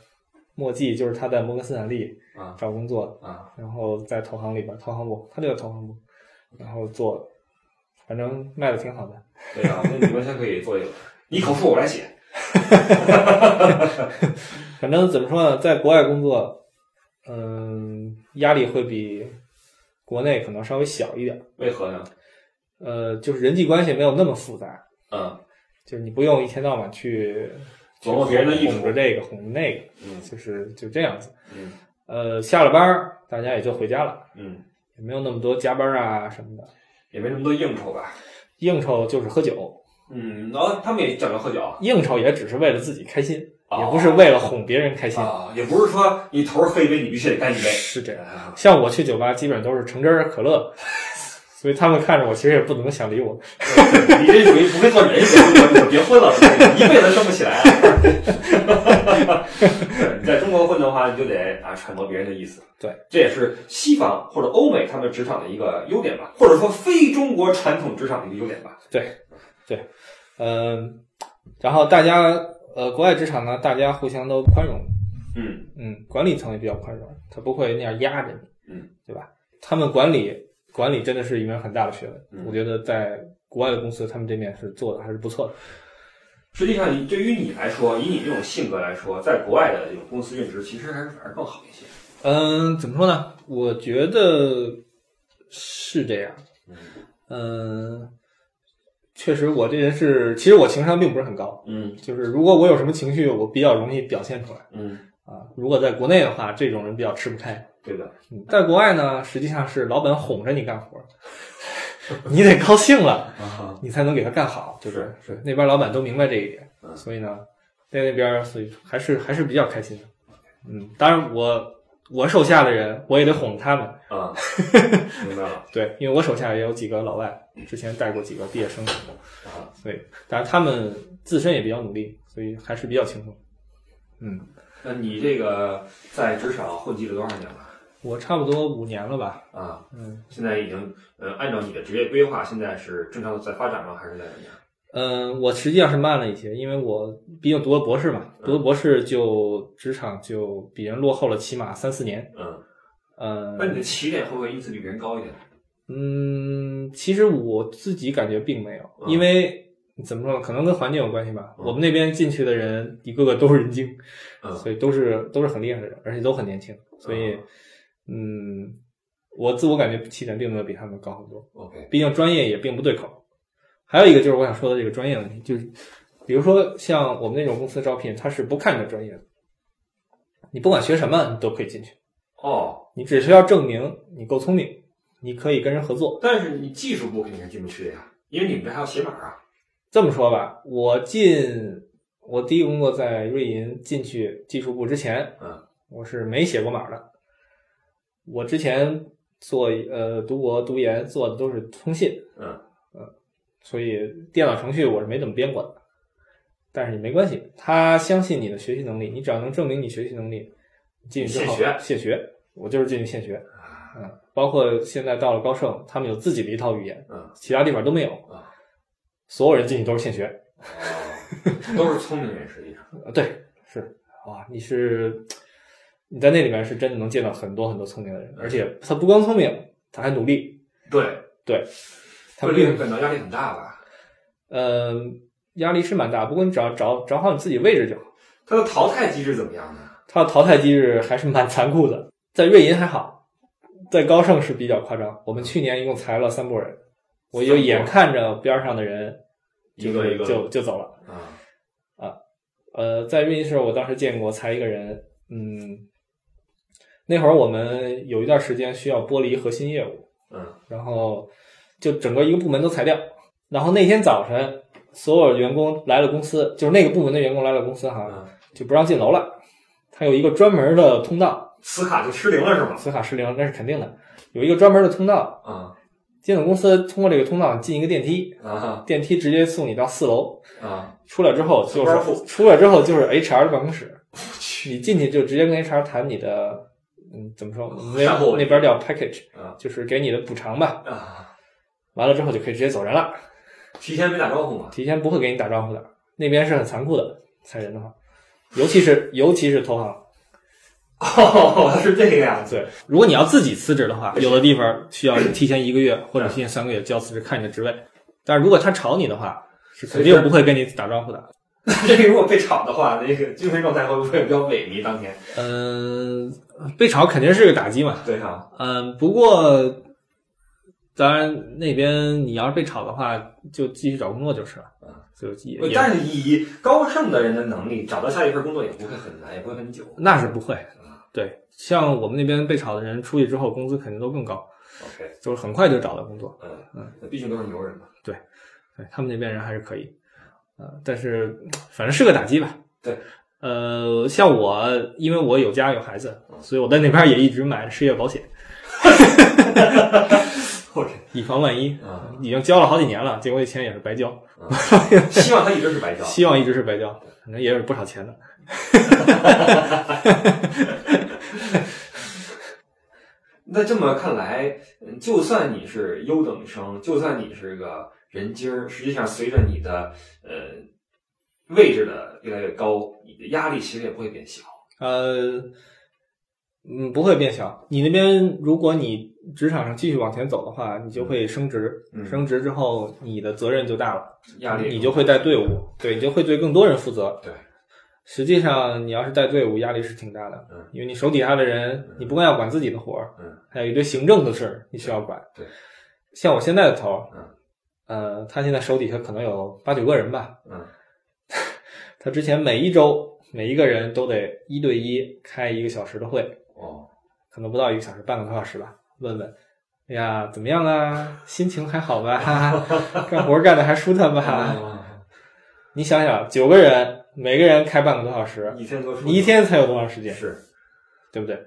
Speaker 2: 墨迹，就是他在摩根斯坦利
Speaker 1: 啊
Speaker 2: 找工作，
Speaker 1: 啊
Speaker 2: 然后在投行里边，投行部，他就在投行部，然后做，反正卖的挺好的。
Speaker 1: <laughs> 对啊，那你们先可以做一个，你口述我来写。
Speaker 2: 反正怎么说呢，在国外工作，嗯，压力会比国内可能稍微小一点。
Speaker 1: 为何呢？
Speaker 2: 呃，就是人际关系没有那么复杂，
Speaker 1: 嗯
Speaker 2: 就是你不用一天到晚去
Speaker 1: 琢磨别人的意
Speaker 2: 哄
Speaker 1: 图
Speaker 2: 着这个哄着那个，
Speaker 1: 嗯
Speaker 2: 就是就这样子。
Speaker 1: 嗯
Speaker 2: 呃，下了班儿大家也就回家了，
Speaker 1: 嗯，
Speaker 2: 也没有那么多加班啊什么的，
Speaker 1: 也没那么多应酬吧。
Speaker 2: 应酬就是喝酒，
Speaker 1: 嗯，然后他们也讲究喝酒啊，
Speaker 2: 应酬也只是为了自己开心，
Speaker 1: 哦
Speaker 2: 也不是为了哄别人开心。
Speaker 1: 啊，也不是说你头儿喝一杯，你必须得干一杯。
Speaker 2: 是这样。
Speaker 1: 啊
Speaker 2: 像我去酒吧，基本都是橙汁儿、可乐， <laughs> 所以他们看着我，其实也不怎么想理我。
Speaker 1: 你这属于不会做人，你就别混了，一辈子升不起来啊。 <laughs> 对你在中国混的话，你就得啊揣摩别人的意思。
Speaker 2: 对，
Speaker 1: 这也是西方或者欧美他们职场的一个优点吧，或者说非中国传统职场的一个优点吧。
Speaker 2: 呃嗯，然后大家呃，国外职场呢，大家互相都宽容，
Speaker 1: 嗯
Speaker 2: 嗯，管理层也比较宽容，他不会那样压着你，
Speaker 1: 嗯，
Speaker 2: 对吧？他们管理管理真的是一门很大的学问，
Speaker 1: 嗯
Speaker 2: 我觉得在国外的公司，他们这面是做的还是不错的。
Speaker 1: 实际上，对于你来说，以你这种性格来说，在国外的这种公司任职，其实还是反而更好一些。
Speaker 2: 嗯，怎么说呢？我觉得是这样。
Speaker 1: 嗯
Speaker 2: 嗯，确实，我这人是，其实我情商并不是很高，
Speaker 1: 嗯
Speaker 2: 就是如果我有什么情绪，我比较容易表现出来
Speaker 1: 嗯，
Speaker 2: 啊。如果在国内的话，这种人比较吃不开。
Speaker 1: 对的。
Speaker 2: 嗯，在国外呢，实际上是老板哄着你干活， <laughs> 你得高兴了，
Speaker 1: 啊，
Speaker 2: 你才能给他干好。就是
Speaker 1: 是是
Speaker 2: 那边老板都明白这一点，
Speaker 1: 嗯
Speaker 2: 所以呢，在那边所以还是还是比较开心的。嗯，当然我我手下的人我也得哄他们，
Speaker 1: 啊，明白了。
Speaker 2: 对，因为我手下也有几个老外，之前带过几个毕业生什么的，
Speaker 1: 啊，
Speaker 2: 所以当然他们自身也比较努力，所以还是比较轻松。
Speaker 1: 那你这个在职场混迹了多少年了？
Speaker 2: 我差不多五年了吧，
Speaker 1: 啊，
Speaker 2: 嗯
Speaker 1: 现在已经，呃，按照你的职业规划，现在是正常的在发展吗？还是在怎么样？
Speaker 2: 嗯、我实际上是慢了一些，因为我毕竟读了博士嘛，读了博士就职场就比人落后了起码三四年，
Speaker 1: 嗯，
Speaker 2: 嗯、
Speaker 1: 那你的起点会不会因此比别人高一点？
Speaker 2: 嗯，其实我自己感觉并没有，
Speaker 1: 嗯
Speaker 2: 因为怎么说呢，可能跟环境有关系吧。
Speaker 1: 嗯
Speaker 2: 我们那边进去的人一个个都是人精，
Speaker 1: 嗯
Speaker 2: 所以都是都是很厉害的人，而且都很年轻，所以嗯，我自我感觉起点并没有比他们高很多，
Speaker 1: ，OK，
Speaker 2: 毕竟专业也并不对口。还有一个就是我想说的这个专业问题，就是比如说像我们那种公司招聘，它是不看你的专业的，你不管学什么你都可以进去，
Speaker 1: 哦，
Speaker 2: 你只需要证明你够聪明，你可以跟人合作。
Speaker 1: 但是你技术部肯定是进不去的呀，因为你们这还要写码啊。
Speaker 2: 这么说吧，我进我第一个工作在瑞银进去技术部之前，
Speaker 1: 嗯，
Speaker 2: 我是没写过码的。我之前做呃读博读研做的都是通信，
Speaker 1: 嗯
Speaker 2: 嗯所以电脑程序我是没怎么编过的。但是也没关系，他相信你的学习能力，你只要能证明你学习能力，进去之后
Speaker 1: 现学啊
Speaker 2: 现学，我就是进去现学。嗯，包括现在到了高盛，他们有自己的一套语言，
Speaker 1: 嗯，
Speaker 2: 其他地方都没有
Speaker 1: 啊。
Speaker 2: 所有人进去都是现学，
Speaker 1: <laughs> 哦，都是聪明人，实际上。
Speaker 2: 呃，对，是哇，你是你在那里面是真的能见到很多很多聪明的人，而且他不光聪明，他还努力，
Speaker 1: 对，
Speaker 2: 他
Speaker 1: 会令
Speaker 2: 并
Speaker 1: 人感到压力很大吧？
Speaker 2: 呃压力是蛮大，不过你只要找找好你自己位置就好。
Speaker 1: 它的淘汰机制怎么样呢？
Speaker 2: 他的淘汰机制还是蛮残酷的，在瑞银还好，在高盛是比较夸张。我们去年一共裁了三拨人，我就
Speaker 1: 三拨
Speaker 2: 眼看着边上的人就
Speaker 1: 一个一个
Speaker 2: 就就走了。
Speaker 1: 啊，
Speaker 2: 呃，在瑞银时候，我当时见过裁一个人，嗯，那会儿我们有一段时间需要剥离核心业务，
Speaker 1: 嗯
Speaker 2: 然后就整个一个部门都裁掉。然后那天早晨，所有员工来了公司，就是那个部门的员工来了公司哈，
Speaker 1: 嗯，
Speaker 2: 就不让进楼了。它有一个专门的通道，
Speaker 1: 磁卡就失灵了是吗？
Speaker 2: 磁卡失灵那是肯定的，有一个专门的通道，
Speaker 1: 啊
Speaker 2: 进了公司通过这个通道进一个电梯，
Speaker 1: 啊
Speaker 2: 电梯直接送你到四楼，
Speaker 1: 啊！
Speaker 2: 出来之后就
Speaker 1: 上班
Speaker 2: 是
Speaker 1: 户
Speaker 2: 出来之后就是 HR 的办公室，你进去就直接跟 HR 谈你的，嗯，怎么说？我们
Speaker 1: 然后
Speaker 2: 那那边叫 package，
Speaker 1: 啊
Speaker 2: 就是给你的补偿吧。
Speaker 1: 啊，
Speaker 2: 完了之后就可以直接走人了，
Speaker 1: 提前没打招呼吗？
Speaker 2: 提前不会给你打招呼的。那边是很残酷的，裁人的话，尤其是尤其是投行。
Speaker 1: 哦，是这个样子。
Speaker 2: 对，如果你要自己辞职的话，有的地方需要提前一个月或者提前三个月交辞职，看你的职位。但是如果他炒你的话，是肯定不会跟你打招呼的。
Speaker 1: 这个如果被炒的话，那个精神状态会不会比较萎靡？当天，
Speaker 2: 嗯、被炒肯定是个打击嘛。
Speaker 1: 对啊，
Speaker 2: 嗯，不过，当然那边你要是被炒的话，就继续找工作就是了
Speaker 1: 嗯。
Speaker 2: 就也
Speaker 1: 呃
Speaker 2: 也
Speaker 1: 但是以高盛的人的能力，找到下一份工作也不会很难，也不会很久。
Speaker 2: 那是不会
Speaker 1: 嗯。
Speaker 2: 对，像我们那边被炒的人出去之后，工资肯定都更高，
Speaker 1: OK，
Speaker 2: 就是很快就找到工作。
Speaker 1: 嗯嗯，毕竟都是牛人 <laughs> 嘛。
Speaker 2: 对他们那边人还是可以，呃，但是嗯反正是个打击吧。
Speaker 1: 对，
Speaker 2: 呃，像我，因为我有家有孩子，
Speaker 1: 嗯
Speaker 2: 所以我在那边也一直买失业保险，
Speaker 1: OK，
Speaker 2: 以防万一。
Speaker 1: 啊， <laughs> 嗯
Speaker 2: 已经交了好几年了，结果这钱也是白交。
Speaker 1: 希望他一直是白交。
Speaker 2: 希望一直是白交，反正也有不少钱的。
Speaker 1: 那这么看来，嗯，就算你是优等生，就算你是个人精儿，实际上随着你的呃位置的越来越高，你的压力其实也不会变小。
Speaker 2: 呃，嗯，不会变小。你那边如果你职场上继续往前走的话，你就会升职，
Speaker 1: 嗯
Speaker 2: 升职之后你的责任就大了，
Speaker 1: 压力
Speaker 2: 你就会带队伍，对，你就会对更多人负责。
Speaker 1: 对，
Speaker 2: 实际上你要是带队伍，压力是挺大的，
Speaker 1: 嗯
Speaker 2: 因为你手底下的人，你不光要管自己的活儿，
Speaker 1: 嗯，
Speaker 2: 还有一堆行政的事儿你需要管。
Speaker 1: 对对
Speaker 2: 像我现在的头儿，
Speaker 1: 嗯，
Speaker 2: 呃，他现在手底下可能有八九个人吧，
Speaker 1: 嗯，
Speaker 2: 他之前每一周每一个人都得一对一开一个小时的会，
Speaker 1: 哦，
Speaker 2: 可能不到一个小时，半个多小时吧，问问，哎呀，怎么样啊？心情还好吧？ <laughs> 干活干的还舒坦
Speaker 1: 嗯
Speaker 2: 吧？你想想，九个人，每个人开半个多小时，
Speaker 1: <laughs> 一天多数，
Speaker 2: 你一天才有多长时间，
Speaker 1: 是嗯
Speaker 2: 对不对？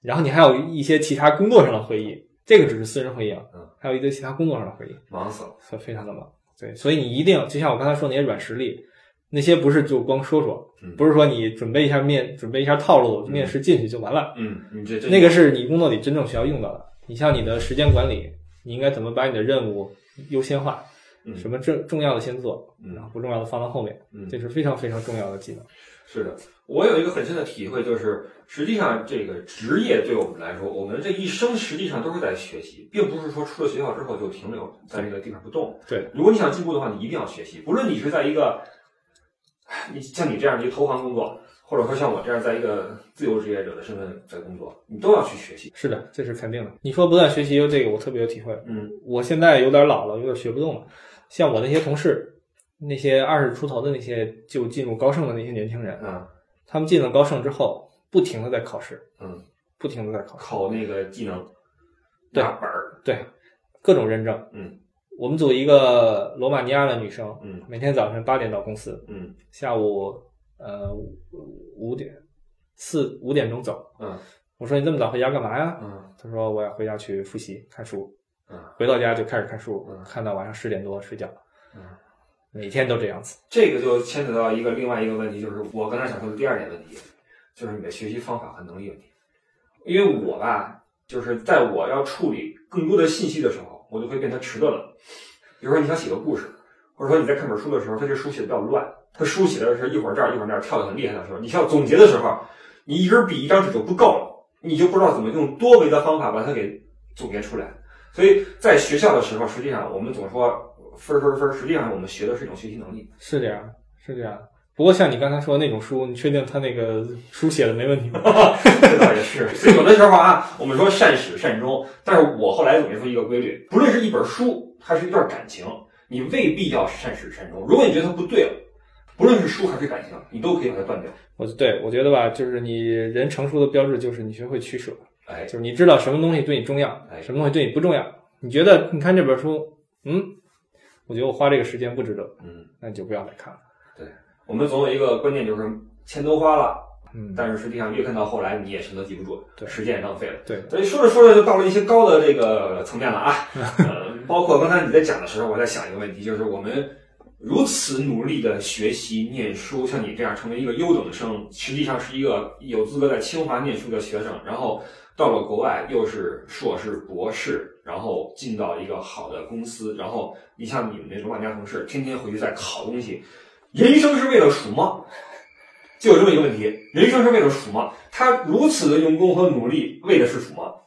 Speaker 2: 然后你还有一些其他工作上的会议，这个只是私人会议啊
Speaker 1: 嗯，
Speaker 2: 还有一堆其他工作上的会议。
Speaker 1: 忙死了，
Speaker 2: 非非常的忙。
Speaker 1: 嗯
Speaker 2: 对，所以你一定要，就像我刚才说那些软实力，那些不是就光说说
Speaker 1: 嗯，
Speaker 2: 不是说你准备一下面，准备一下套路，面试进去就完了。
Speaker 1: 嗯，你这这
Speaker 2: 那个是你工作里真正需要用到的。你像你的时间管理，你应该怎么把你的任务优先化，
Speaker 1: 嗯
Speaker 2: 什么重重要的先做，
Speaker 1: 嗯
Speaker 2: 然后不重要的放到后面，
Speaker 1: 嗯
Speaker 2: 这是非常非常重要的技能。
Speaker 1: 是的，我有一个很深的体会，就是实际上这个职业对我们来说，我们这一生实际上都是在学习，并不是说出了学校之后就停留在那个地方不动。
Speaker 2: 对，
Speaker 1: 如果你想进步的话，你一定要学习，不论你是在一个，唉你像你这样的一个投行工作，或者说像我这样在一个自由职业者的身份在工作，你都要去学习。
Speaker 2: 是的，这是肯定的。你说不断学习，这个我特别有体会。
Speaker 1: 嗯
Speaker 2: 我现在有点老了，有点学不动了。像我那些同事，那些二十出头的那些就进入高盛的那些年轻人，
Speaker 1: 啊，
Speaker 2: 他们进了高盛之后，不停的在考试，
Speaker 1: 嗯，
Speaker 2: 不停的在考试，
Speaker 1: 考那个技能，
Speaker 2: 对
Speaker 1: 拿本儿，
Speaker 2: 对，各种认证。
Speaker 1: 嗯，
Speaker 2: 我们组一个罗马尼亚的女生，
Speaker 1: 嗯
Speaker 2: 每天早晨八点到公司，
Speaker 1: 嗯
Speaker 2: 下午呃五五点四五点钟走。
Speaker 1: 嗯
Speaker 2: 我说你这么早回家干嘛呀？
Speaker 1: 嗯
Speaker 2: 她说我要回家去复习看书。
Speaker 1: 嗯，
Speaker 2: 回到家就开始看书
Speaker 1: 嗯，
Speaker 2: 看到晚上十点多睡觉。
Speaker 1: 嗯，
Speaker 2: 每天都这样子。
Speaker 1: 这个就牵扯到一个另外一个问题，就是我刚才想说的第二点问题，就是你的学习方法和能力问题。因为我吧，就是在我要处理更多的信息的时候，我就会变得迟钝了。比如说你想写个故事，或者说你在看本书的时候，它这书写的比较乱，它书写的是一会儿这儿一会儿那儿跳的很厉害的时候，你需要总结的时候，你一根笔一张纸就不够了，你就不知道怎么用多维的方法把它给总结出来。所以在学校的时候，实际上我们总说分儿分儿分儿，实际上我们学的是一种学习能力。
Speaker 2: 是这样，是这样。不过像你刚才说的那种书，你确定他那个书写的没问题
Speaker 1: <laughs>
Speaker 2: 吗？
Speaker 1: 这倒也是。所以有的时候啊，我们说善始善终，但是我后来总结出一个规律：不论是一本书，还是一段感情，你未必要善始善终。如果你觉得它不对了，不论是书还是感情，你都可以把它断掉。
Speaker 2: 我对我觉得吧，就是你人成熟的标志就是你学会取舍，
Speaker 1: 哎
Speaker 2: 就，是你知道什么东西对你重要
Speaker 1: 哎，
Speaker 2: 什么东西对你不重要。你觉得你看这本书，嗯，我觉得我花这个时间不值得，
Speaker 1: 嗯，
Speaker 2: 那你就不要再看了。
Speaker 1: 我们总有一个观念就是钱都花了，
Speaker 2: 嗯，
Speaker 1: 但是实际上越看到后来，你也什么都记不住，
Speaker 2: 对
Speaker 1: 时间也浪费了。
Speaker 2: 对，
Speaker 1: 所以说着说着就到了一些高的这个层面了啊，呃，包括刚才你在讲的时候，我在想一个问题，就是我们如此努力的学习、念书，像你这样成为一个优等生，实际上是一个有资格在清华念书的学生，然后到了国外又是硕士、博士，然后进到一个好的公司，然后你像你们那种玩家同事，天天回去在考东西，人生是为了数吗？就有这么一个问题：人生是为了数吗？他如此的用功和努力，为的是什么？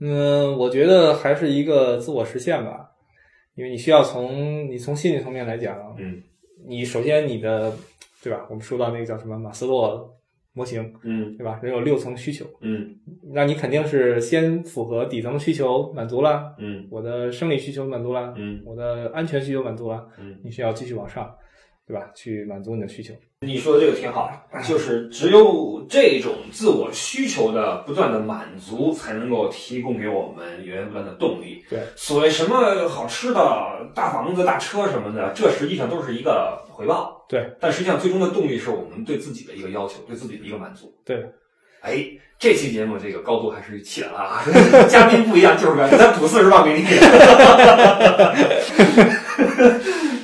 Speaker 2: 嗯，我觉得还是一个自我实现吧，因为你需要从你从心理层面来讲，
Speaker 1: 嗯
Speaker 2: 你首先你的对吧？我们说到那个叫什么马斯洛模型
Speaker 1: 嗯
Speaker 2: 对吧？人有六层需求，
Speaker 1: 嗯
Speaker 2: 那你肯定是先符合底层需求满足了，
Speaker 1: 嗯
Speaker 2: 我的生理需求满足了，
Speaker 1: 嗯
Speaker 2: 我的安全需求满足了，
Speaker 1: 嗯，
Speaker 2: 你需要继续往上，对吧？去满足你的需求。
Speaker 1: 你说的这个挺好，就是只有这种自我需求的不断的满足，才能够提供给我们源源不断的动力。
Speaker 2: 对，
Speaker 1: 所谓什么好吃的、大房子、大车什么的，这实际上都是一个回报。
Speaker 2: 对，
Speaker 1: 但实际上最终的动力是我们对自己的一个要求，对自己的一个满足。
Speaker 2: 对，
Speaker 1: 哎，这期节目这个高度还是起来了啊！ <laughs> 嘉宾不一样，就是咱咱补四十万给你。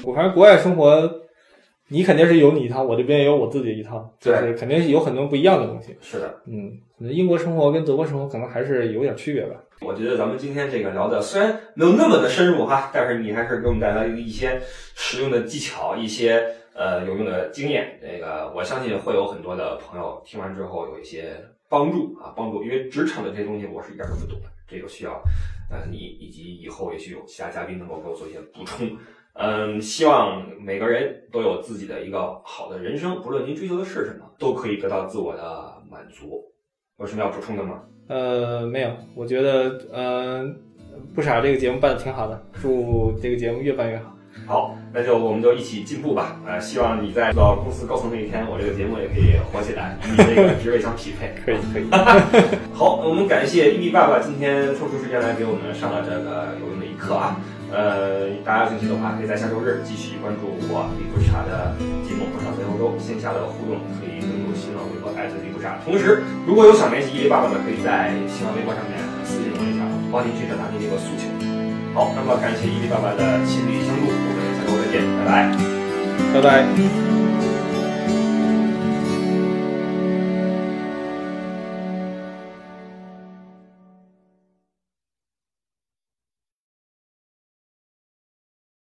Speaker 2: 我反正国外生活，你肯定是有你一套，我这边也有我自己一套，就
Speaker 1: 对
Speaker 2: 是肯定是有很多不一样的东西。
Speaker 1: <laughs> 是的。
Speaker 2: 嗯，可能英国生活跟德国生活可能还是有点区别吧。
Speaker 1: 我觉得咱们今天这个聊的虽然没有那么的深入哈，但是你还是给我们带来一些实用的技巧，一些呃有用的经验。这个我相信会有很多的朋友听完之后有一些帮助啊，帮助，因为职场的这些东西我是一点儿都不懂的，这个需要呃你以及以后也许有其他嘉宾能够给我做一些补充。嗯，希望每个人都有自己的一个好的人生，不论您追求的是什么，都可以得到自我的满足。有什么要补充的吗？
Speaker 2: 呃，没有，我觉得呃，不傻这个节目办的挺好的，祝这个节目越办越好。
Speaker 1: 好，那就我们就一起进步吧。呃，希望你在到公司高层那一天，我这个节目也可以火起来，与你这个职位相匹配。
Speaker 2: 可以可以，
Speaker 1: 好，我们感谢伊利爸爸今天抽出时间来给我们上了这个有用的一课啊。呃，大家有兴趣的话，可以在下周日继续关注我李不傻的节目《不傻在欧洲》线下的互动，可以登录新浪微博李不傻。同时，如果有想联系伊利爸爸的，可以在新浪微博上面私信我一下，我帮你去表达你的一个诉求。好，那么感谢伊利爸爸的亲笔相助，我们下周再见，拜拜。
Speaker 2: 拜拜。